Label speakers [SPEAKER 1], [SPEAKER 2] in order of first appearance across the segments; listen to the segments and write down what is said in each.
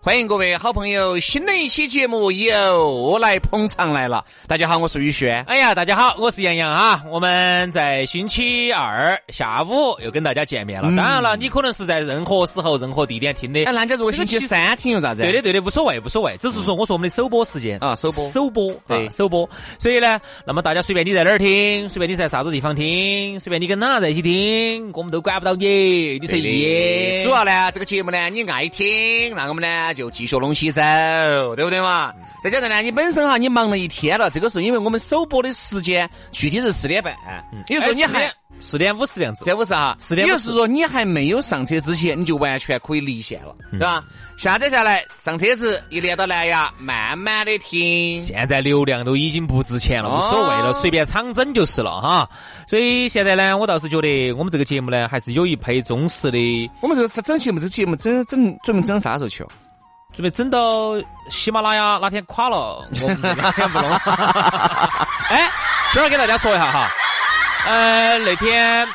[SPEAKER 1] 欢迎各位好朋友，新的一期节目又来捧场来了。大家好，我是宇轩。
[SPEAKER 2] 哎呀，大家好，我是杨洋啊！我们在星期二下午又跟大家见面了。当然了，你可能是在任何时候、任何地点听的。
[SPEAKER 1] 嗯哎，那你如果星期三听又咋子？哎
[SPEAKER 2] 对的，对的，无所谓，无所谓，只是说我说我们的首播时间
[SPEAKER 1] 嗯啊首播
[SPEAKER 2] 首播，
[SPEAKER 1] 对
[SPEAKER 2] 啊首播。所以呢，那么大家随便你在哪儿听，随便你在啥子地方听，随便你跟哪在一起听，我们都管不到你，你随意。
[SPEAKER 1] 主要呢，这个节目呢，你爱听，那我们呢就继续拢起走，对不对嘛？
[SPEAKER 2] 嗯
[SPEAKER 1] 再加上呢，你本身哈，你忙了一天了，这个是因为我们首播的时间具体是四点半，也就是说你还。
[SPEAKER 2] 嗯哎四点五十的样子，
[SPEAKER 1] 这不是哈，
[SPEAKER 2] 是的
[SPEAKER 1] 也就
[SPEAKER 2] 不是
[SPEAKER 1] 是说你还没有上车之前，你就完全可以离线了，对吧？下载下来，上车子一连到蓝牙，慢慢的听。
[SPEAKER 2] 现在流量都已经不值钱了，无所谓了，
[SPEAKER 1] 哦
[SPEAKER 2] 随便场整就是了哈。所以现在呢，我倒是觉得我们这个节目呢，还是有一批忠实的，
[SPEAKER 1] 我们这个是整节目，这节目整整准备整啥时候去哦？
[SPEAKER 2] 准备整到喜马拉雅哪天垮了，我们哪天不弄了。哎，今儿给大家说一下哈，呃，那天。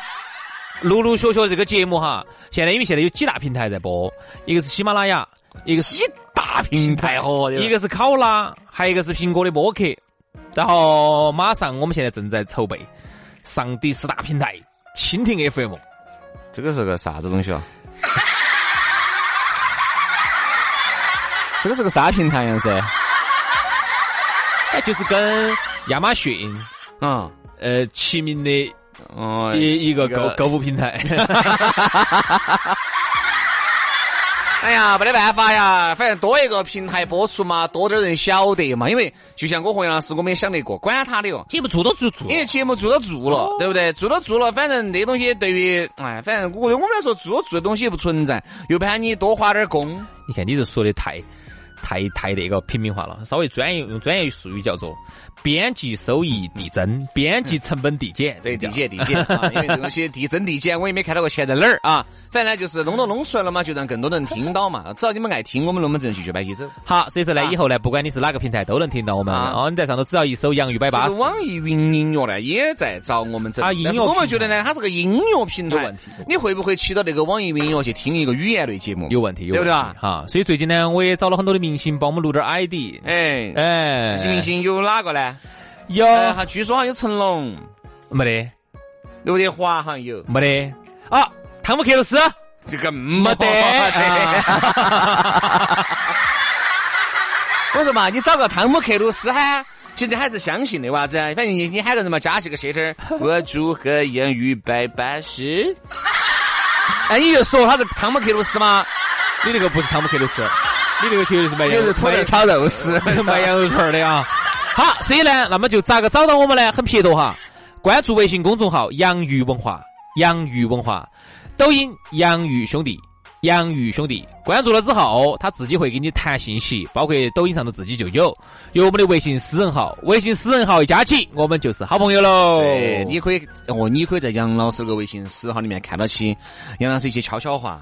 [SPEAKER 2] 陆陆续续这个节目哈，现在因为现在有几大平台在播，一个是喜马拉雅，一个是
[SPEAKER 1] 几大平台哦，
[SPEAKER 2] 一个是考拉，还有一个是苹果的播客。然后马上我们现在正在筹备上第四大平台蜻蜓 FM。
[SPEAKER 1] 这个是个啥子东西啊？ 这个是个啥平台呀？啊是？
[SPEAKER 2] 哎，就是跟亚马逊
[SPEAKER 1] 嗯，
[SPEAKER 2] 呃齐名的
[SPEAKER 1] 哦，
[SPEAKER 2] 一一个
[SPEAKER 1] 一
[SPEAKER 2] 购
[SPEAKER 1] 个
[SPEAKER 2] 购物 平台。
[SPEAKER 1] 哎呀，没得办法呀，反正多一个平台播出嘛，多点人晓得嘛。因为就像我和杨老师，我们也想得过，管他的哦哟。
[SPEAKER 2] 节目做都做做
[SPEAKER 1] 因为节目做到做了，对不对？做到做了，反正那东西对于，哎，反正我对我们来说，做做的东西也不存在，又不喊你多花点工。
[SPEAKER 2] 你看你这说的太太太那个平民化了，稍微专业用专业术语叫做编辑收益递增，编辑成本递减，
[SPEAKER 1] 对，
[SPEAKER 2] 这
[SPEAKER 1] 递
[SPEAKER 2] 叫
[SPEAKER 1] 减递 减，啊因为这东西递增递减，我也没看到过钱在哪儿啊。反正呢就是弄都弄出来了嘛，就让更多人听到嘛。只要你们爱听，我们龙门阵继续摆起走。
[SPEAKER 2] 好，所以说呢
[SPEAKER 1] 啊，
[SPEAKER 2] 以后呢，不管你是哪个平台，都能听到我们。
[SPEAKER 1] 啊
[SPEAKER 2] 哦，你在上头只要一搜“洋芋摆巴
[SPEAKER 1] 但
[SPEAKER 2] 士
[SPEAKER 1] 是”，网易云音乐呢也在找我们整
[SPEAKER 2] 啊，音乐
[SPEAKER 1] 但是我们觉得呢，它是个音乐平
[SPEAKER 2] 有
[SPEAKER 1] 台
[SPEAKER 2] 问题，
[SPEAKER 1] 你会不会骑到那个网易云音乐去听一个语言类节目？
[SPEAKER 2] 有问题，有
[SPEAKER 1] 对
[SPEAKER 2] 问
[SPEAKER 1] 不
[SPEAKER 2] 题
[SPEAKER 1] 对啊？
[SPEAKER 2] 哈，所以最近呢，我也找了很多的明星帮我们录点 ID。
[SPEAKER 1] 哎，
[SPEAKER 2] 哎，
[SPEAKER 1] 这些明星有哪个呢？
[SPEAKER 2] 有
[SPEAKER 1] 呃，哈据说好像有成龙。
[SPEAKER 2] 没得？
[SPEAKER 1] 刘德华好像有，
[SPEAKER 2] 没得啊，汤姆克鲁斯
[SPEAKER 1] 这个哦没
[SPEAKER 2] 没得。啊
[SPEAKER 1] 我说嘛，你找个汤姆克鲁斯哈，其实还是相信的娃子。反正你你喊个人嘛，加起个舌头 儿，我祝贺杨宇百八十。哎，你就说他是汤姆克鲁斯吗？
[SPEAKER 2] 你那个不是汤姆克鲁斯，你那个绝对是卖
[SPEAKER 1] 又
[SPEAKER 2] 羊
[SPEAKER 1] 是
[SPEAKER 2] 肉
[SPEAKER 1] 土豆
[SPEAKER 2] 串
[SPEAKER 1] 炒肉丝。
[SPEAKER 2] 儿卖羊肉串儿的啊。好，所以呢，那么就咋个找到我们呢？很撇脱哈，关注微信公众号“洋芋文化”，洋芋文化，抖音“洋芋兄弟”。洋芋兄弟关注了之后，他自己会给你弹信息，包括抖音上头自己就有，有我们的微信私人号，微信私人号一加起，我们就是好朋友喽。
[SPEAKER 1] 对，你可以哦，你可以在杨老师那个微信私号里面看到起杨老师一些悄悄话，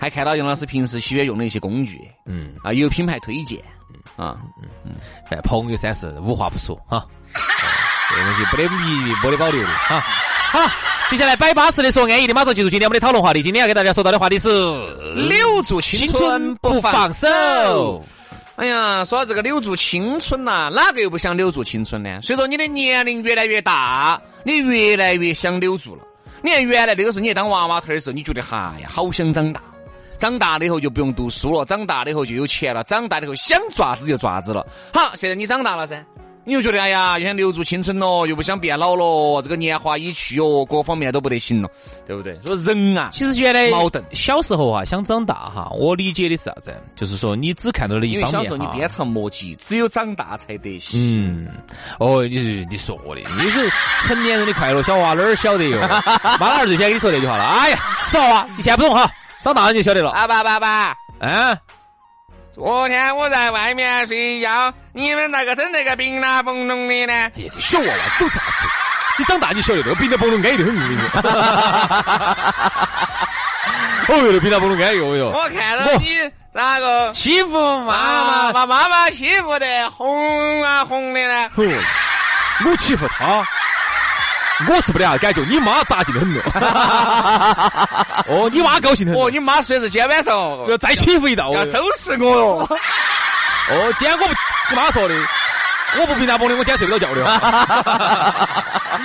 [SPEAKER 1] 还看到杨老师平时喜欢用的一些工具
[SPEAKER 2] 嗯，
[SPEAKER 1] 啊，也有品牌推荐啊。
[SPEAKER 2] 反正朋友三是无话不说哈，啊这个东西没得秘密，没得保留的哈。好，接下来摆巴适的说安逸的，马上进入今天我们的讨论话题。今天要给大家说到的话题是
[SPEAKER 1] 留住青春不放手。哎呀，说到这个留住青春呐、哪个又不想留住青春呢？随着你的年龄越来越大，你越来越想留住了。你看原来那个时候，你还当娃娃头的时候，你觉得哈呀，好想长大。长大了以后就不用读书了，长大了以后就有钱了，长大了以后想爪子就爪子了。好，现在你长大了噻，你又觉得哎呀，又想留住青春咯，又不想变老咯，这个年华已去哦，各方面都不得行了，对不对？说人啊，
[SPEAKER 2] 其实原来
[SPEAKER 1] 矛盾
[SPEAKER 2] 小时候啊，想长大哈，我理解的是啥子？就是说你只看到了一
[SPEAKER 1] 因为
[SPEAKER 2] 方面
[SPEAKER 1] 小时候你
[SPEAKER 2] 哈
[SPEAKER 1] 鞭长莫及，只有长大才得行。
[SPEAKER 2] 嗯，哦，你是你说的，你是成年人的快乐，小娃哪儿晓 得哟？妈老儿最先给你说这句话了，哎呀，是啊，你现在不懂哈，长大了你就晓得了。
[SPEAKER 1] 啊爸爸爸，
[SPEAKER 2] 啊，
[SPEAKER 1] 昨天我在外面睡觉，你们咋个整这个冰啦嘣咚的呢？
[SPEAKER 2] 哎呀你小娃娃懂啥子？你长大你晓得，这个冰糖蹦蹦安逸得很，我跟你说。 哦哟，这冰糖蹦蹦安逸，哦哟。
[SPEAKER 1] 我看到你咋个
[SPEAKER 2] 欺负妈
[SPEAKER 1] 啊
[SPEAKER 2] 妈，
[SPEAKER 1] 把妈妈欺负得红啊红的 呢？
[SPEAKER 3] 哦
[SPEAKER 2] 哼我欺负他，我是不得啥感觉，你妈扎劲得很哦。 哦，你妈高兴得很
[SPEAKER 1] 哦，。你妈说的是今晚上哦
[SPEAKER 2] 要再欺负一道，
[SPEAKER 1] 要
[SPEAKER 2] 哦
[SPEAKER 1] 收拾我哟。
[SPEAKER 2] 哦，今天我不，我妈说的，我不平常崩的，我今天睡不着觉的。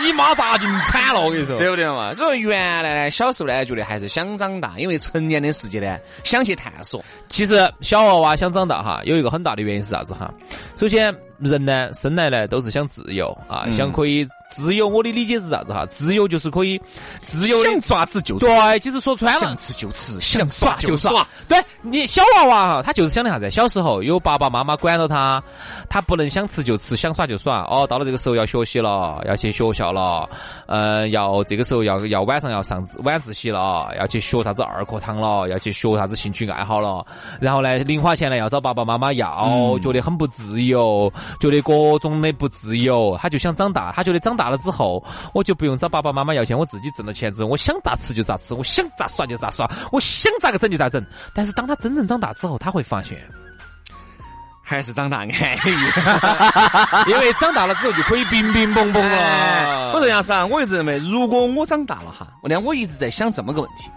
[SPEAKER 2] 你妈咋劲惨了，我跟你说。
[SPEAKER 1] 对不对嘛？所以原来呢，小时候呢，觉得还是想长大，因为成年的世界呢，想去探索。
[SPEAKER 2] 其实小娃娃想长大哈，有一个很大的原因是啥子哈？首先，人呢生来呢都是想自由啊，想可以自由。我的理解是啥子哈？自由就是可以自由的。
[SPEAKER 1] 抓子就抓，
[SPEAKER 2] 对，其实说穿了
[SPEAKER 1] 想，吃就吃，
[SPEAKER 2] 想
[SPEAKER 1] 想
[SPEAKER 2] 耍
[SPEAKER 1] 耍
[SPEAKER 2] 就
[SPEAKER 1] 就
[SPEAKER 2] 耍
[SPEAKER 1] 耍。。
[SPEAKER 2] 对你小娃娃哈，他就是想的啥子？小时候有爸爸妈妈管着他，他不能想吃就吃，想耍就耍。哦，到了这个时候要学习了，要去学校了，呃，要这个时候要要晚上要上自晚自习了，要去学啥子二课堂了，要去学啥子兴趣爱好了。然后呢，零花钱呢要找爸爸妈妈要，觉得很不自由，觉得各种的不自由。他就想长大，他觉得长大了之后，我就不用找爸爸妈妈要钱，我自己挣了钱之后，我想咋吃就咋吃，我想咋耍就咋耍，我想咋个整就咋整。但是当他真正长大之后，他会发 现，
[SPEAKER 1] 还是长大安逸。
[SPEAKER 2] 因为长大了之后就可以冰冰蹦蹦
[SPEAKER 1] 哎
[SPEAKER 2] 了。
[SPEAKER 1] 我这样子啊，我一直认为，如果我长大了哈，我呢，我一直在想这么个问题：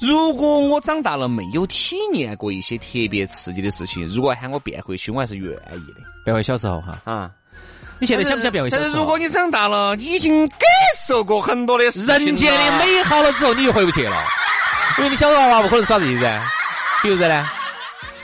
[SPEAKER 1] 如果我长大了没有体验过一些特别刺激的事情，如果喊我变回去，我还是愿意的
[SPEAKER 2] 变回小时候哈，
[SPEAKER 1] 啊。
[SPEAKER 2] 你现在想不想变回小
[SPEAKER 1] 但
[SPEAKER 2] 时
[SPEAKER 1] 是
[SPEAKER 2] 候？
[SPEAKER 1] 如果你长大了，你已经感受过很多的事情了
[SPEAKER 2] 人间的。美好了之后，你就回不去了，因为哎你小娃娃不可能耍这些噻。比如说呢，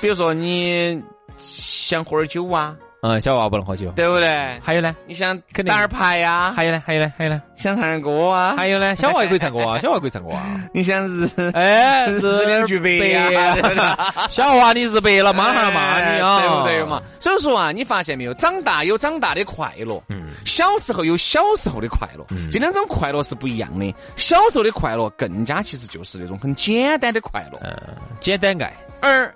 [SPEAKER 1] 比如说你想喝点酒啊，
[SPEAKER 2] 嗯，小娃娃不能喝酒。
[SPEAKER 1] 对不对？
[SPEAKER 2] 还有呢？
[SPEAKER 1] 你想
[SPEAKER 2] 肯定
[SPEAKER 1] 打点牌呀，
[SPEAKER 2] 还有呢？还有呢？还有呢？
[SPEAKER 1] 想唱点歌啊，
[SPEAKER 2] 还 有呢？小娃也可以唱歌啊，小娃也可以唱歌啊。
[SPEAKER 1] 你想日
[SPEAKER 2] 哎，
[SPEAKER 1] 日两句白
[SPEAKER 2] 啊
[SPEAKER 1] 呀，对不对
[SPEAKER 2] 小娃你日白了，妈还要骂你啊，
[SPEAKER 1] 哎对不对嘛？？所以说啊，你发现没有，长大有长大的快乐，
[SPEAKER 2] 嗯
[SPEAKER 1] 小时候有小时候的快乐，这两种快乐是不一样的。小时候的快乐更加其实就是那种很简单的快乐，
[SPEAKER 2] 嗯，简单爱，
[SPEAKER 1] 而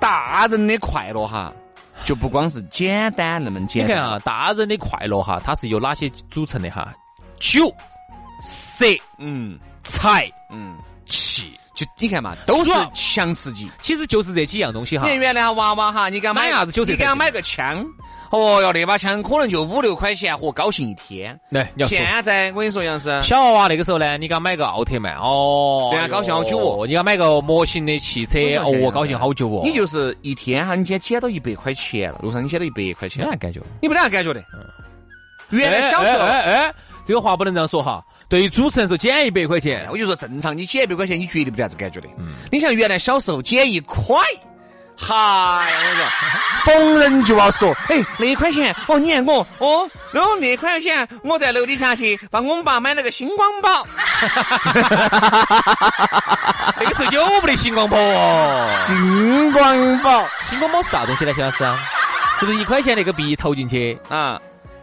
[SPEAKER 1] 大人的快乐哈，就不光是简单那么
[SPEAKER 2] 你
[SPEAKER 1] 简
[SPEAKER 2] 看
[SPEAKER 1] 单。
[SPEAKER 2] 啊，大人的快乐哈，它是由哪些组成的哈？酒、色、
[SPEAKER 1] 嗯
[SPEAKER 2] 财、
[SPEAKER 1] 嗯，
[SPEAKER 2] 气，
[SPEAKER 1] 就你看嘛，都是
[SPEAKER 2] 主要
[SPEAKER 1] 强刺激。
[SPEAKER 2] 其实就是这几样东西哈
[SPEAKER 1] 你。看原来哈娃娃哈，你给他买
[SPEAKER 2] 买啥子酒
[SPEAKER 1] 你给
[SPEAKER 2] 才
[SPEAKER 1] 他
[SPEAKER 2] 行
[SPEAKER 1] 买个枪，哦哟，那把枪可能就五六块钱，和高兴一天。
[SPEAKER 2] 来，你要说。
[SPEAKER 1] 现在我跟你说，杨师，
[SPEAKER 2] 小娃娃那个时候呢，你给他买个奥特曼哦，
[SPEAKER 1] 对啊高兴好久哦
[SPEAKER 2] 你给他买个模型的汽车
[SPEAKER 1] 哎我
[SPEAKER 2] 哦，
[SPEAKER 1] 跟你说
[SPEAKER 2] 我高兴好久哦。
[SPEAKER 1] 你就是一天哈，你今天捡到一百块钱了，路上你捡到一百块
[SPEAKER 2] 没
[SPEAKER 1] 钱嗯
[SPEAKER 2] 啥，感觉。
[SPEAKER 1] 哎你没得啥感觉的。原来小时
[SPEAKER 2] 哎
[SPEAKER 1] 候，
[SPEAKER 2] 哎哎，哎这个话不能这样说哈。对于主持人说减一百块钱，
[SPEAKER 1] 我就说正常，你捡一百块钱，你绝对没得啥子感觉的。你像原来小时候捡一块。哈哎呀！我跟你说，逢人就要说，哎，那一块钱，哦，你看我，哦，哦，那一块钱，我在楼底下去帮我们爸买了个星光宝，
[SPEAKER 2] 那 个时候有不得星光宝哦？
[SPEAKER 1] 星光宝
[SPEAKER 2] 星光宝是啥东西呢，徐老师？是不是一块钱那个币投进去
[SPEAKER 1] 啊，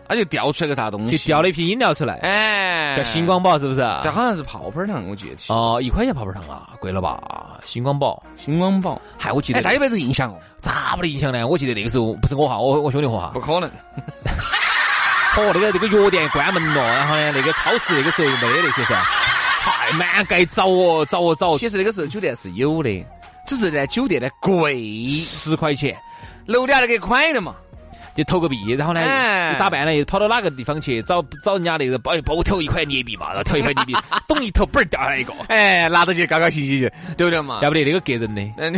[SPEAKER 1] 它就掉出来个啥东
[SPEAKER 2] 就
[SPEAKER 1] 西，
[SPEAKER 2] 掉了一瓶饮料出来，
[SPEAKER 1] 哎，
[SPEAKER 2] 叫星，光宝是不是？
[SPEAKER 1] 这好像是泡泡糖，我记得起，
[SPEAKER 2] 哦，一块钱泡泡糖啊，贵了吧？星光宝，
[SPEAKER 1] 星光宝，
[SPEAKER 2] 嗨，我记
[SPEAKER 1] 哎，
[SPEAKER 2] 得
[SPEAKER 1] 大家有没有这个印象哦？
[SPEAKER 2] 咋不得印象呢？我记得那个时候不是我哈，我我兄弟伙哈，
[SPEAKER 1] 啊不可能，
[SPEAKER 2] 哦，那个那个药店关门了，然后呢，那个超市那个时候又没得那些噻，嗨，满街找哦找哦找哦，
[SPEAKER 1] 其实那个时候酒店是有的，只是呢酒店呢贵，
[SPEAKER 2] 十块钱
[SPEAKER 1] 楼底下那个快的嘛，
[SPEAKER 2] 就投个币，然后呢，
[SPEAKER 1] 哎
[SPEAKER 2] 又咋办呢？又跑到哪个地方去找找人家那个哎包包投一 块捏币嘛，然后投一块捏币，咚一投嘣儿掉下来一个，
[SPEAKER 1] 哎，拿到起高高兴兴去，对不对嘛
[SPEAKER 2] 要？不得那个隔人的，
[SPEAKER 1] 嗯，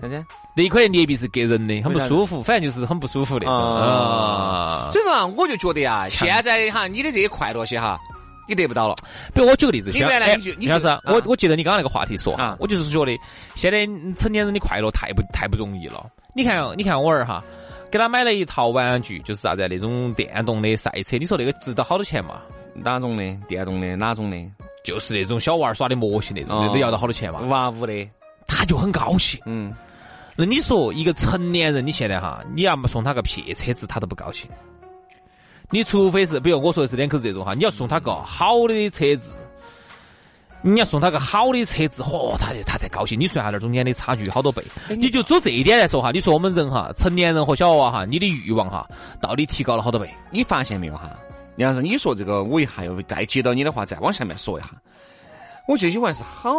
[SPEAKER 1] 啥子？
[SPEAKER 2] 那一块捏币是隔人的，很不舒服，反正就是很不舒服那种啊。
[SPEAKER 1] 所以说啊，我就觉得啊，现在哈，你的这些快乐些哈，你得不到了，
[SPEAKER 2] 比如我举个例子，
[SPEAKER 1] 你
[SPEAKER 2] 徐老
[SPEAKER 1] 原来
[SPEAKER 2] 哎
[SPEAKER 1] 你觉你
[SPEAKER 2] 徐老师啊，
[SPEAKER 1] 觉
[SPEAKER 2] 我
[SPEAKER 1] 啊
[SPEAKER 2] 我记得你刚刚那个话题说
[SPEAKER 1] 啊
[SPEAKER 2] 我就是觉得现在成年人的快乐太不太不容易了。你看哦，你看我儿哈，给他买了一套玩具，就是啥子啊那种电动的赛车。你说那个值到好多钱嘛？
[SPEAKER 1] 哪种的？电动的？哪种的？
[SPEAKER 2] 就是那种小娃儿耍的模型那种，
[SPEAKER 1] 哦
[SPEAKER 2] 那都要到好多钱嘛？
[SPEAKER 1] 娃五的？
[SPEAKER 2] 他就很高兴。
[SPEAKER 1] 嗯，
[SPEAKER 2] 那你说一个成年人，你现在哈，你要么送他个撇车子，他都不高兴。你除非是，比如我说的是两口子这种哈，你要送他个好的车子，你要送他个好的车子，嚯、他就他才高兴。你算下那中间的差距好多倍，
[SPEAKER 1] 哎
[SPEAKER 2] 你就走这一点来说哈，你说我们人哈，成年人和小娃哈，你的欲望哈，到底提高了好多倍？
[SPEAKER 1] 你发现没有哈？梁老师，你说这个，我一下又再接到你的话，再往下面说一下。我最喜欢是好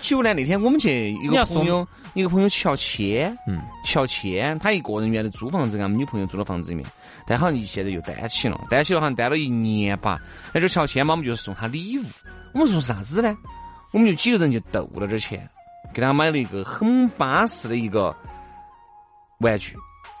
[SPEAKER 1] 久呢，那天我们去一
[SPEAKER 2] 你
[SPEAKER 1] 个
[SPEAKER 2] 要送
[SPEAKER 1] 朋友，一个朋友乔迁，
[SPEAKER 2] 嗯，
[SPEAKER 1] 乔迁，他一个人原来租房子，俺们女朋友租的房子里面，但好像现在又单起了，单起了好像单了一年吧。那就乔迁嘛，我们就送他礼物，我们送啥子呢？我们就几个人就斗了点钱，给他买了一个很巴适的一个玩具，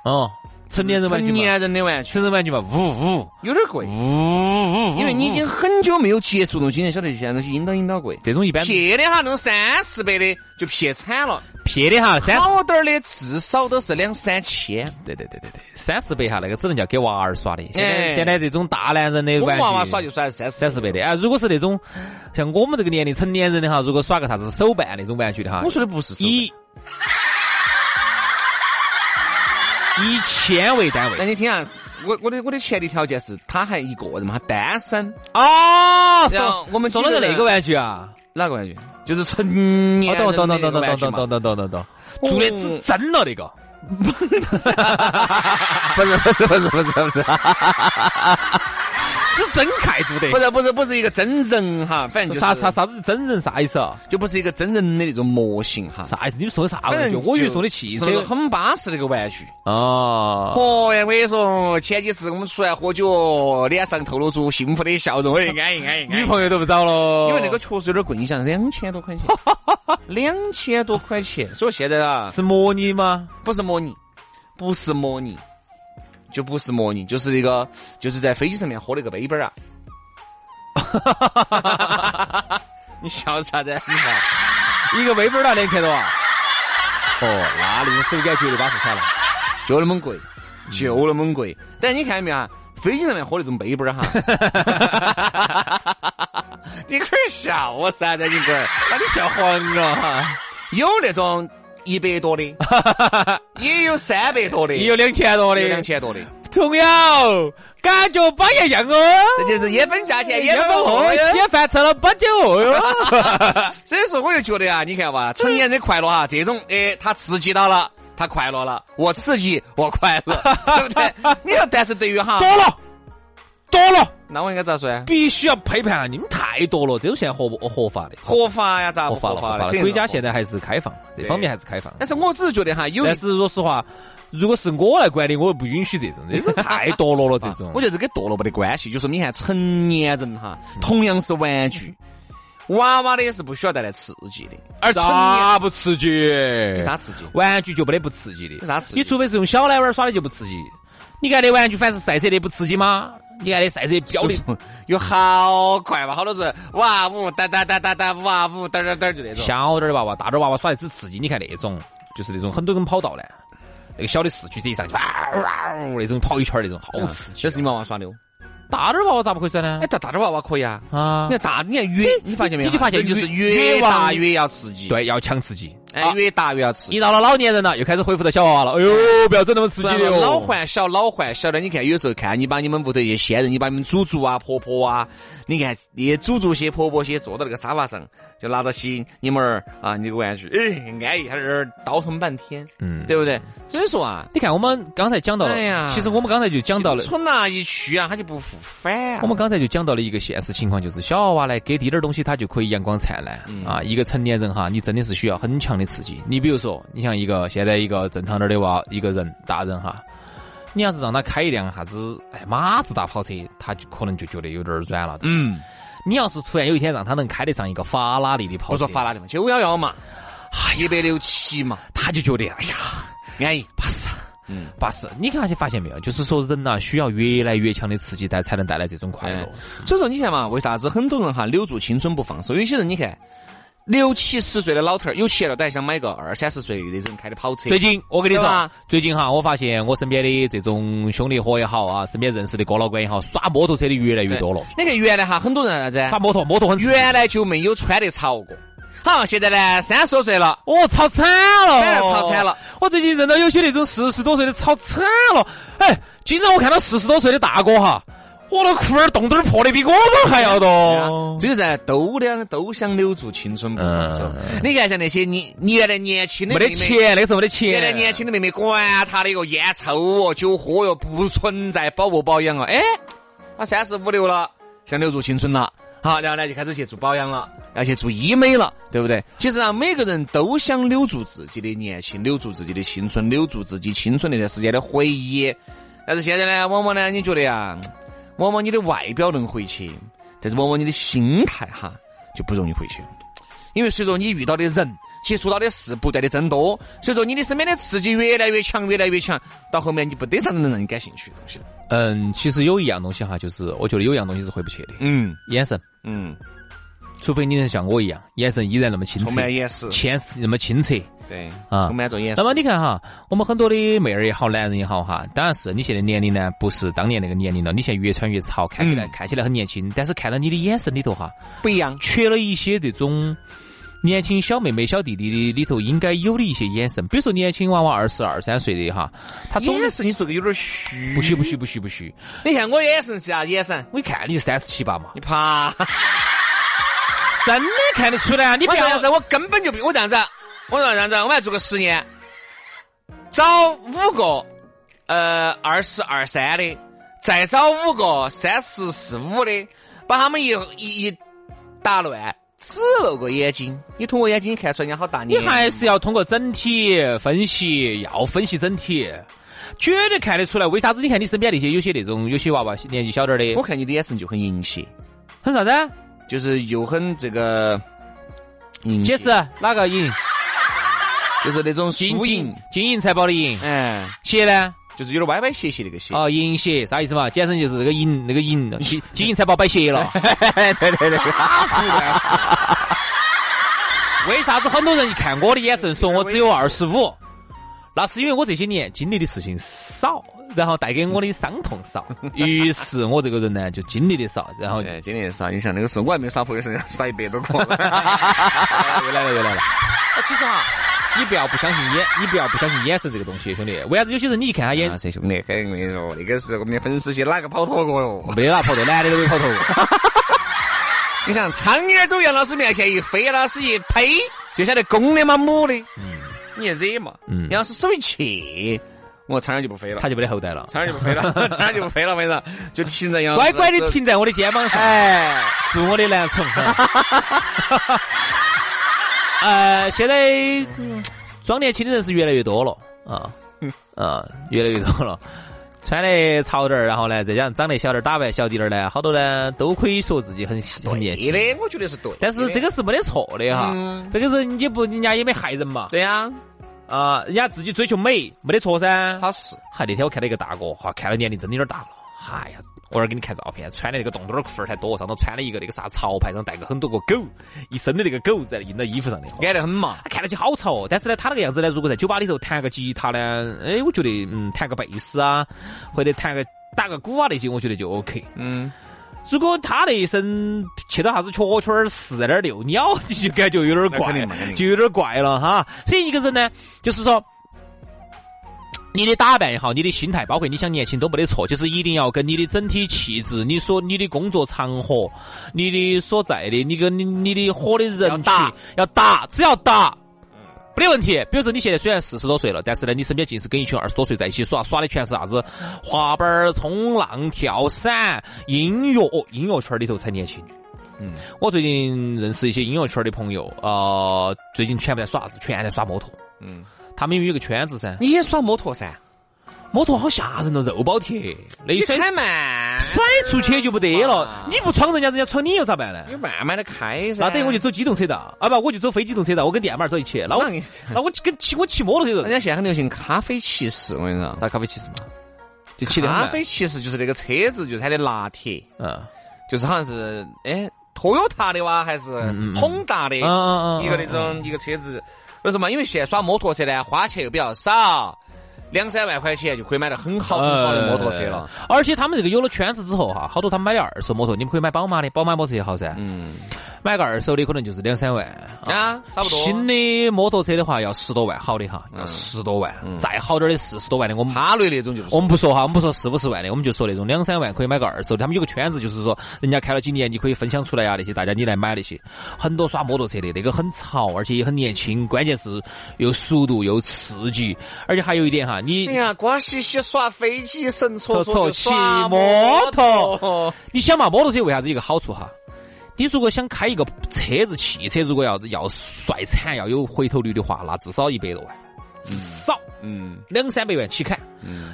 [SPEAKER 2] 哦，成年人玩具
[SPEAKER 1] 成
[SPEAKER 2] 嘛，
[SPEAKER 1] 年人的玩具，
[SPEAKER 2] 成人玩具嘛，呜呜
[SPEAKER 1] 有点贵。
[SPEAKER 2] 呜呜，
[SPEAKER 1] 因为你已经很久没有接触东西，你才晓得这些东西应当应当贵。
[SPEAKER 2] 这种一般
[SPEAKER 1] 撇的哈，那种三四百的就撇惨了，
[SPEAKER 2] 撇的哈，三
[SPEAKER 1] 好点儿的至少都是两三千。
[SPEAKER 2] 对对对对对，三四百哈，那个只能叫给娃儿耍的。现在、
[SPEAKER 1] 哎
[SPEAKER 2] 现在这种大男人的
[SPEAKER 1] 我们
[SPEAKER 2] 玩具，
[SPEAKER 1] 娃娃耍就耍三
[SPEAKER 2] 三
[SPEAKER 1] 四
[SPEAKER 2] 四百的。哎，如果是那种像我们这个年龄成年人的哈，如果耍个啥子手办那种玩具的哈
[SPEAKER 1] 我，说的不是手
[SPEAKER 2] 以以千为单
[SPEAKER 1] 那
[SPEAKER 2] 位。
[SPEAKER 1] 你听啊，我我的我的前提条件是他还一个人嘛，他单身。
[SPEAKER 2] 哦，
[SPEAKER 1] 然后
[SPEAKER 2] 送
[SPEAKER 1] 我们
[SPEAKER 2] 送
[SPEAKER 1] 几
[SPEAKER 2] 了
[SPEAKER 1] 个
[SPEAKER 2] 个
[SPEAKER 1] 人
[SPEAKER 2] 那个玩具啊！
[SPEAKER 1] 哪个玩具？就是成年
[SPEAKER 2] 哦，
[SPEAKER 1] 人
[SPEAKER 2] 懂懂
[SPEAKER 1] 的那个
[SPEAKER 2] 懂懂懂
[SPEAKER 1] 玩
[SPEAKER 2] 懂
[SPEAKER 1] 具
[SPEAKER 2] 懂
[SPEAKER 1] 嘛。
[SPEAKER 2] 懂懂懂懂懂，做的只真了那个。
[SPEAKER 1] 不是不是不是不是不是
[SPEAKER 2] 只真开做的，
[SPEAKER 1] 不是不是不是一个真人哈，反正就是
[SPEAKER 2] 啥啥啥子真人啥意思啊？
[SPEAKER 1] 就不是一个真人的那种模型哈。
[SPEAKER 2] 啥意思？你们送的啥
[SPEAKER 1] 反
[SPEAKER 2] 玩具？
[SPEAKER 1] 正
[SPEAKER 2] 我以为
[SPEAKER 1] 就
[SPEAKER 2] 送的汽
[SPEAKER 1] 是那
[SPEAKER 2] 车
[SPEAKER 1] 个很巴适的一个玩具。
[SPEAKER 2] 哦。
[SPEAKER 1] 哦呀，我跟你说，前几次我们出来喝酒，脸上透露出幸福的笑容，哎，安逸安逸。
[SPEAKER 2] 女朋友都不找了，
[SPEAKER 1] 因为那个确实有点贵，你想两千多块钱，两千多块钱，哦 所以现在啊，
[SPEAKER 2] 是模拟 吗？
[SPEAKER 1] 不是模拟，不是模拟，就不是模拟，就是一个就是在飞机上面喝了一个杯杯儿啊。你笑啥子？你看，
[SPEAKER 2] 一个微本拿两千多啊？哦，那那种手感绝对巴适惨了。
[SPEAKER 1] 就那么
[SPEAKER 2] 嗯
[SPEAKER 1] 贵，就那么贵。但你看见没有啊？飞机上面喝那种杯杯儿 哈，你可啊儿笑我噻，在你龟儿。
[SPEAKER 2] 那啊你笑黄啊了哈！
[SPEAKER 1] 有那种一百多 的，也有三百多的，
[SPEAKER 2] 也有两千多的，
[SPEAKER 1] 有两千多的，
[SPEAKER 2] 同样感觉不一样哦。
[SPEAKER 1] 这就是也分价钱，也
[SPEAKER 2] 哎也
[SPEAKER 1] 分
[SPEAKER 2] 不
[SPEAKER 1] 货
[SPEAKER 2] 喝，
[SPEAKER 1] 哟。
[SPEAKER 2] 稀饭吃了八九饿哟。
[SPEAKER 1] 所以说，我就觉得啊，你看
[SPEAKER 2] 嗯
[SPEAKER 1] 吧，成年人快乐哈，这种哎，他刺激到了，他快乐了，我刺激，我快乐，对不对？ 你说，但是对于哈，
[SPEAKER 2] 多了，多了，
[SPEAKER 1] 那我应该咋说呀？
[SPEAKER 2] 必须要批判啊！你们太多了，这种现在合不合法的？
[SPEAKER 1] 合法呀，咋不
[SPEAKER 2] 合法了，合
[SPEAKER 1] 法
[SPEAKER 2] 法
[SPEAKER 1] 了？
[SPEAKER 2] 了。国家现在还是开放，这方面还是开放。
[SPEAKER 1] 但是我只是觉得哈，有一
[SPEAKER 2] 但是说实话，如果是我来管理，我不允许这种，这种太堕落了，这 种
[SPEAKER 1] 啊。我觉得这跟堕落没得关系，就说你看成年人哈，
[SPEAKER 2] 嗯
[SPEAKER 1] 同样是玩具，娃娃的也是不需要带来刺激的，而成年
[SPEAKER 2] 咋不刺激？
[SPEAKER 1] 有啥刺激？
[SPEAKER 2] 玩具就没得不刺激的，
[SPEAKER 1] 有啥刺激
[SPEAKER 2] 你除非是用小奶娃儿耍的就不刺激。你看那玩具，凡是赛车的不刺激吗？你看那赛车飙的，
[SPEAKER 1] 有好快嘛，好多是哇呜哒哒哒哒哒哇呜哒哒哒就那种。
[SPEAKER 2] 小点儿的娃娃、大点儿娃娃耍的只刺激。你看那种，就是那种很多根跑道呢，那个小的市区这一上去，哇哇呜那种跑一圈儿那种，
[SPEAKER 1] 嗯
[SPEAKER 2] 好刺激
[SPEAKER 1] 这。是你娃娃耍的哦。
[SPEAKER 2] 大点儿娃娃咋不可以耍呢
[SPEAKER 1] 哎，？大大的娃娃可以啊。
[SPEAKER 2] 啊
[SPEAKER 1] 你，看大，你看越你发现没有？
[SPEAKER 2] 你发现
[SPEAKER 1] 人就是
[SPEAKER 2] 越
[SPEAKER 1] 越
[SPEAKER 2] 往
[SPEAKER 1] 大越要刺激，，
[SPEAKER 2] 对，要强刺激。
[SPEAKER 1] 哎
[SPEAKER 2] 啊，
[SPEAKER 1] 越大越要刺激。
[SPEAKER 2] 一到了老年人了，又开始恢复到小娃娃了。哎呦，不要整那么刺激的哟。
[SPEAKER 1] 老还小，老还小的，你看有时候看你把你们屋头一些先人，你把你们祖祖啊、婆婆啊，你看那些祖祖些、婆婆些坐到那个沙发上，就拿到起你们儿啊，你个玩具，哎，安逸，他在那儿倒腾半天，
[SPEAKER 2] 嗯，
[SPEAKER 1] 对不对？所以说啊，
[SPEAKER 2] 你看我们刚才讲到了
[SPEAKER 1] 哎呀，
[SPEAKER 2] 其实我们刚才就讲到了。
[SPEAKER 1] 村呐一去啊，他就不复返啊。
[SPEAKER 2] 我们刚才就讲到了一个现实情况，就是小娃娃呢给滴点儿东西，他就可以阳光灿烂、
[SPEAKER 1] 嗯
[SPEAKER 2] 啊。一个成年人哈，你真的是需要很强的刺激。你比如说，你像一个现在一个正常点儿的娃，一个人大人哈，你要是让他开一辆啥子哎马自达跑车，他就可能就觉得有点儿软了。
[SPEAKER 1] 嗯，
[SPEAKER 2] 你要是突然有一天让他能开得上一个法拉利的跑
[SPEAKER 1] 不
[SPEAKER 2] 车，
[SPEAKER 1] 说发哪地方，九幺幺嘛，啊一百六七嘛，
[SPEAKER 2] 他就觉得哎呀
[SPEAKER 1] 安逸。
[SPEAKER 2] 巴适。
[SPEAKER 1] 嗯，
[SPEAKER 2] 巴适，你看发现没有？就是说人呐、需要越来越强的刺激，带才能
[SPEAKER 1] 哎
[SPEAKER 2] 带来这种快乐。
[SPEAKER 1] 所以说你看嘛，为啥子很多人哈留住青春不放手？有些人你看，六七十岁的老头儿有钱了都还想买个二三十岁的人开的跑车。
[SPEAKER 2] 最近我跟你
[SPEAKER 1] 对
[SPEAKER 2] 说
[SPEAKER 1] 吧，
[SPEAKER 2] 最近哈，我发现我身边的这种兄弟伙也好啊，身边认识的哥老倌也好，耍摩托车的越来越
[SPEAKER 1] 对
[SPEAKER 2] 多了。
[SPEAKER 1] 你看原来哈，很多人啥子啊？
[SPEAKER 2] 耍摩托，摩托很刺激
[SPEAKER 1] 原来就没有穿得潮过。好，现在呢，三十多岁了，
[SPEAKER 2] 哦，吵惨
[SPEAKER 1] 当
[SPEAKER 2] 了，
[SPEAKER 1] 然吵惨了。
[SPEAKER 2] 我最近认到有些那种四十多岁的吵惨了，哎，经常我看到四十多岁的大哥哈，我的裤儿洞洞儿破的比我们还要
[SPEAKER 1] 啊
[SPEAKER 2] 多。
[SPEAKER 1] 只有在都两都想留住青春不放手
[SPEAKER 2] 嗯。
[SPEAKER 1] 你看像那些你你原来年轻的
[SPEAKER 2] 没
[SPEAKER 1] 妹
[SPEAKER 2] 得
[SPEAKER 1] 妹，
[SPEAKER 2] 钱，那个时候没得钱。
[SPEAKER 1] 原来年轻的妹妹，管她的哟，烟抽哦，酒喝哟，不存在保不保养哦。哎，她三十五六了，想留住青春了。好，然后呢就开始去做保养了，要去做医美了，对不对？其实啊，每个人都想留住自己的年轻，留住自己的青春，留住自己青春那段时间的回忆。但是现在呢，往往呢，你觉得呀，往往你的外表能回去，但是往往你的心态哈就不容易回去了。因为随着你遇到的人、接触到的事不断的增多，随着你的身边的刺激越来越强、越来越强，到后面你不得啥子能让你感兴趣的东西了。
[SPEAKER 2] 嗯，其实有一样东西哈，就是我觉得有一样东西是回不去的，
[SPEAKER 1] 嗯
[SPEAKER 2] 眼神。
[SPEAKER 1] 嗯，
[SPEAKER 2] 除非你能像我一样，眼神依然那么清
[SPEAKER 1] 充
[SPEAKER 2] 澈
[SPEAKER 1] 满，眼识，
[SPEAKER 2] 前世那么清澈。
[SPEAKER 1] 对
[SPEAKER 2] 啊
[SPEAKER 1] 充满着眼识。
[SPEAKER 2] 那么你看哈，我们很多的妹儿也好，男人也好哈，当然是你现在年龄呢，不是当年那个年龄了。你现在越穿越潮，看起来、
[SPEAKER 1] 嗯
[SPEAKER 2] 看起来很年轻，但是看到你的眼神里头哈，
[SPEAKER 1] 不一样，
[SPEAKER 2] 缺了一些这种年轻小妹妹、小弟弟的里头应该有的一些眼神。比如说年轻娃娃二十二三岁的哈，他总
[SPEAKER 1] 眼啊神你说个有点虚。
[SPEAKER 2] 不许不许不许不许，
[SPEAKER 1] 你看我眼神是啥眼神？
[SPEAKER 2] 我一看你就三十七八嘛，
[SPEAKER 1] 你怕？
[SPEAKER 2] 真的看得出来啊！你不
[SPEAKER 1] 我这
[SPEAKER 2] 要
[SPEAKER 1] 样子，我根本就不我这样子，啊我这样子，我们来做个实验，找五个呃二十二三的，再找五个三十四五的，把他们一一一打乱，只露个眼睛，你通过眼睛看出来人家好大
[SPEAKER 2] 你
[SPEAKER 1] 年纪。
[SPEAKER 2] 还是要通过整体分析，要分析整体，绝对看得出来。为啥子？你看你身边那些有些那种有些娃娃年纪小点儿的
[SPEAKER 1] 我，嗯看你的眼神就很淫邪，
[SPEAKER 2] 很啥子啊？
[SPEAKER 1] 就是又很这个淫邪
[SPEAKER 2] 解释哪个赢？
[SPEAKER 1] 就是那种输
[SPEAKER 2] 金
[SPEAKER 1] 赢，
[SPEAKER 2] 金银财宝的银，
[SPEAKER 1] 嗯，
[SPEAKER 2] 邪呢？
[SPEAKER 1] 就是有点歪歪斜斜那个斜。
[SPEAKER 2] 哦，银邪啥意思嘛？简称就是那个银那个银， 金金银财宝摆斜了。哎
[SPEAKER 1] 对对对，
[SPEAKER 2] 为啥子很多人一看我的眼神说我只有二十五？那是因为我这些年经历的事情少，然后带给我的伤痛 少，于是我这个人呢就经历的少，然后
[SPEAKER 1] 哎，今年耍，你像那个时候我还没耍朋友身上耍一百多个。
[SPEAKER 2] 又来了又来了。那其实哈，你不要不相信眼，你不要不相信眼神这个东西，兄弟。为啥子有些人你一看他眼
[SPEAKER 1] 啊，，谁兄弟，跟你说，那个时候我们的粉丝些哪个跑脱过哟？
[SPEAKER 2] 没得啦，跑头，男的都没跑头。
[SPEAKER 1] 你像苍蝇儿走杨老师面前一飞，杨老师一呸，就晓得公的嘛母的，
[SPEAKER 2] 嗯，
[SPEAKER 1] 你也惹嘛。
[SPEAKER 2] 嗯
[SPEAKER 1] 杨老师手一去，我苍蝇就不飞了，
[SPEAKER 2] 他就没得后代了，
[SPEAKER 1] 苍蝇就不飞了，苍蝇就不飞了，反正就停在杨老师
[SPEAKER 2] 乖乖的。停在我的肩膀上，哎，做我的男宠。呃，现在嗯装年轻的人是越来越多了啊啊，越来越多了。穿的潮点儿，然后呢，再加上长得小点儿，打扮小滴点儿呢，好多呢都可以说自己很很年轻。
[SPEAKER 1] 对的，我觉得是对的。
[SPEAKER 2] 但是这个是没得错的哈，
[SPEAKER 1] 嗯
[SPEAKER 2] 这个人也不，人家也没害人嘛，
[SPEAKER 1] 对呀，
[SPEAKER 2] 啊、人家自己追求美，没得错噻。
[SPEAKER 1] 他是
[SPEAKER 2] 嗨，那天我看到一个大哥，哈，看了年龄真的有点大了，哎呀，我儿给你看照片，穿的那个洞洞儿裤儿才多，上头穿了一个那个啥潮牌，上带个很多个狗，一身的那个狗在印到衣服上的，
[SPEAKER 1] 矮得很嘛。
[SPEAKER 2] 他看上去好丑，但是呢，他那个样子呢，如果在酒吧里头弹个吉他呢，哎，我觉得嗯，弹个贝斯啊，或者弹个打个鼓啊那些，我觉得就 OK。
[SPEAKER 1] 嗯，
[SPEAKER 2] 如果他那一身去到啥子雀雀儿四点六鸟，你就感觉有点
[SPEAKER 1] 那肯
[SPEAKER 2] 怪
[SPEAKER 1] 定嘛肯，定
[SPEAKER 2] 就有点怪了哈。所以一个人呢，就是说。你的打扮也好，你的心态，包括你想年轻都没得错，就是一定要跟你的整体气质、你所你的工作场合、你的所在的、你跟你你的火的人
[SPEAKER 1] 要
[SPEAKER 2] 群
[SPEAKER 1] 搭
[SPEAKER 2] 要打，只要打，没得问题。比如说你现在虽然四十多岁了，但是呢，你身边尽是跟一群二十多岁在一起耍，耍的全是啥子滑板儿、冲浪、跳伞、音乐，哦，音乐圈儿里头才年轻。
[SPEAKER 1] 嗯，
[SPEAKER 2] 我最近认识一些音乐圈儿的朋友，呃，最近全部在耍啥子？全在耍摩托。
[SPEAKER 1] 嗯，
[SPEAKER 2] 他们因为有个圈子噻，
[SPEAKER 1] 你也耍摩托噻？
[SPEAKER 2] 摩托好吓人哦，肉包铁，那一
[SPEAKER 1] 你
[SPEAKER 2] 甩
[SPEAKER 1] 开慢，
[SPEAKER 2] 甩出去就不得了
[SPEAKER 1] 嘛。
[SPEAKER 2] 你不闯人家，人家闯你又咋办呢？
[SPEAKER 1] 你慢慢的开噻。
[SPEAKER 2] 那等于我就走机动车道，啊不，我就走非机动车道，我跟电马儿走一起。那我
[SPEAKER 1] 那你
[SPEAKER 2] 那我跟骑我骑摩托车
[SPEAKER 1] 人
[SPEAKER 2] 走，
[SPEAKER 1] 家现在很流行咖啡骑士，我跟你说，
[SPEAKER 2] 咋咖啡骑士嘛？就骑得很
[SPEAKER 1] 咖
[SPEAKER 2] 慢
[SPEAKER 1] 啡骑士就是那个车子，就是它的拿铁，
[SPEAKER 2] 嗯，
[SPEAKER 1] 就是好像是哎 Toyota 的哇，还是
[SPEAKER 2] 嗯嗯
[SPEAKER 1] Honda 的，
[SPEAKER 2] 嗯嗯
[SPEAKER 1] 一个那种一个车子。为什么？因为现在耍摩托车呢，花钱又比较少，两三万块钱就可以买到很
[SPEAKER 2] 哎
[SPEAKER 1] 好很好的摩托车了。
[SPEAKER 2] 嗯呃而且他们这个有了圈子之后哈，好多他们买的二手摩托，你们可以买宝马的，宝马摩托车也好噻，
[SPEAKER 1] 嗯
[SPEAKER 2] 买个二手的可能就是两三万
[SPEAKER 1] 啊，差不多。嗯
[SPEAKER 2] 新的摩托车的话要十多万，好的哈，要十多万，再好点的四十多万的，我们
[SPEAKER 1] 哈雷那种就是
[SPEAKER 2] 我们不说哈，我们不说四五十万的，我们就说那种两三万可以买个二手的。他们有个圈子，就是说人家开了几年，你可以分享出来呀、那些大家你来买那些。很多耍摩托车的，那个很潮，而且也很年轻，关键是又速度又刺激，而且还有一点哈，你
[SPEAKER 1] 哎呀，瓜兮兮耍飞机，神戳
[SPEAKER 2] 戳
[SPEAKER 1] 戳
[SPEAKER 2] 骑
[SPEAKER 1] 耍
[SPEAKER 2] 摩托
[SPEAKER 1] 托。
[SPEAKER 2] 你想嘛，摩托车为啥子一个好处哈？你如果想开一个车子，汽车如果要要帅惨，要有回头率的话，那至少一百多万，至少
[SPEAKER 1] 嗯，
[SPEAKER 2] 两三百万起砍。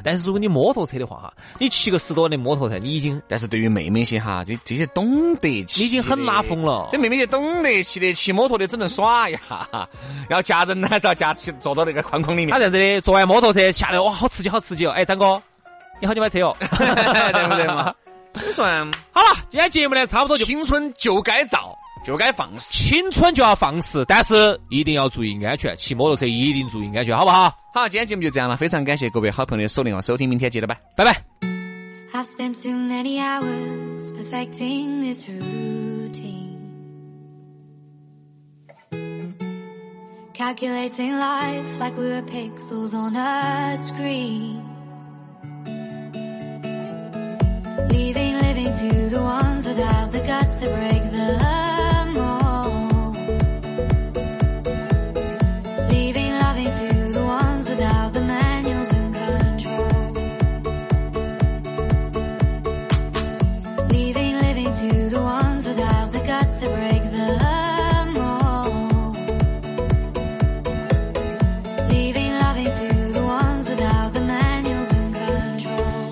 [SPEAKER 2] 但是如果你摩托车的话哈，你骑个十多年摩托车，你已经
[SPEAKER 1] 但是对于妹妹些哈，这这些懂得骑，
[SPEAKER 2] 你已经很拉风了
[SPEAKER 1] 这妹妹些懂得骑的，骑摩托的只能耍一下，要夹人呢还是要夹起坐到那个框框里面
[SPEAKER 2] 他，这样子的，坐完摩托车下来，哇，好刺激，好刺激哦！哎，张哥，你好久买车哦？
[SPEAKER 1] 对不对嘛？你说啊
[SPEAKER 2] 好了，今天节目呢，差不多就
[SPEAKER 1] 青春就该造，就该放肆。
[SPEAKER 2] 青春就要放肆，但是一定要注意安全，骑摩托车一定注意安全，好不好？
[SPEAKER 1] 好，今天节目就这样了，非常感谢各位好朋友的锁定和收听，明天接着拜。
[SPEAKER 2] 拜拜。
[SPEAKER 4] I spent too many hours perfecting this routine. Calculating life like we were pixels on a screen. Leaving living to the ones without the guts to break the mold. Leaving loving to the ones without the manuals and control. Leaving living to the ones without the guts to break the mold. Leaving loving to the ones without the manuals and control.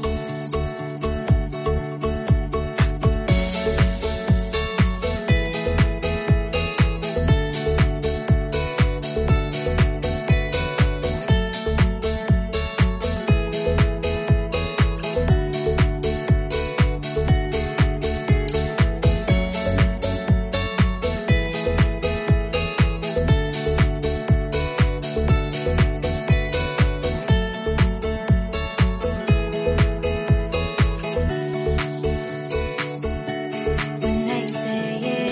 [SPEAKER 4] When they say it,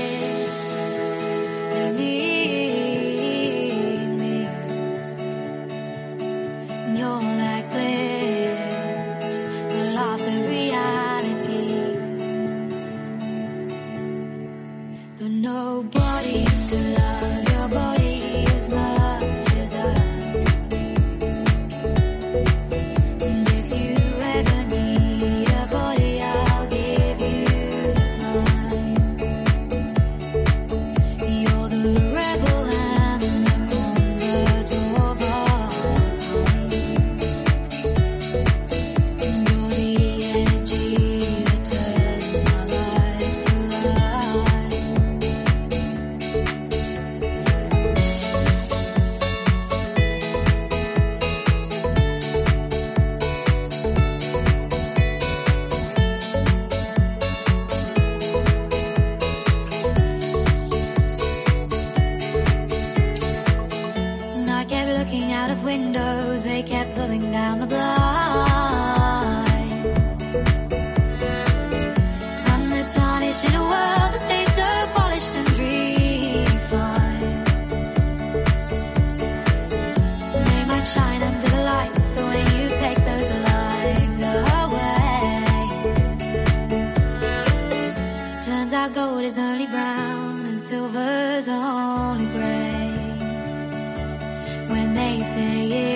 [SPEAKER 4] they mean it. And you're like blend the laughs and reality. But nobody could love your body as much as I. And if you ever need a body, I'll give you mine. You're the rebel and the convertible. And you're the energy that turns my life to life. And I kept looking out of windows, they kept pulling down the blinds. I'm the tarnish in a world that stays so polished and refined. They might shine under the lights, but when you take those lights away, turns out gold is only brown and silver's only grey when they say it.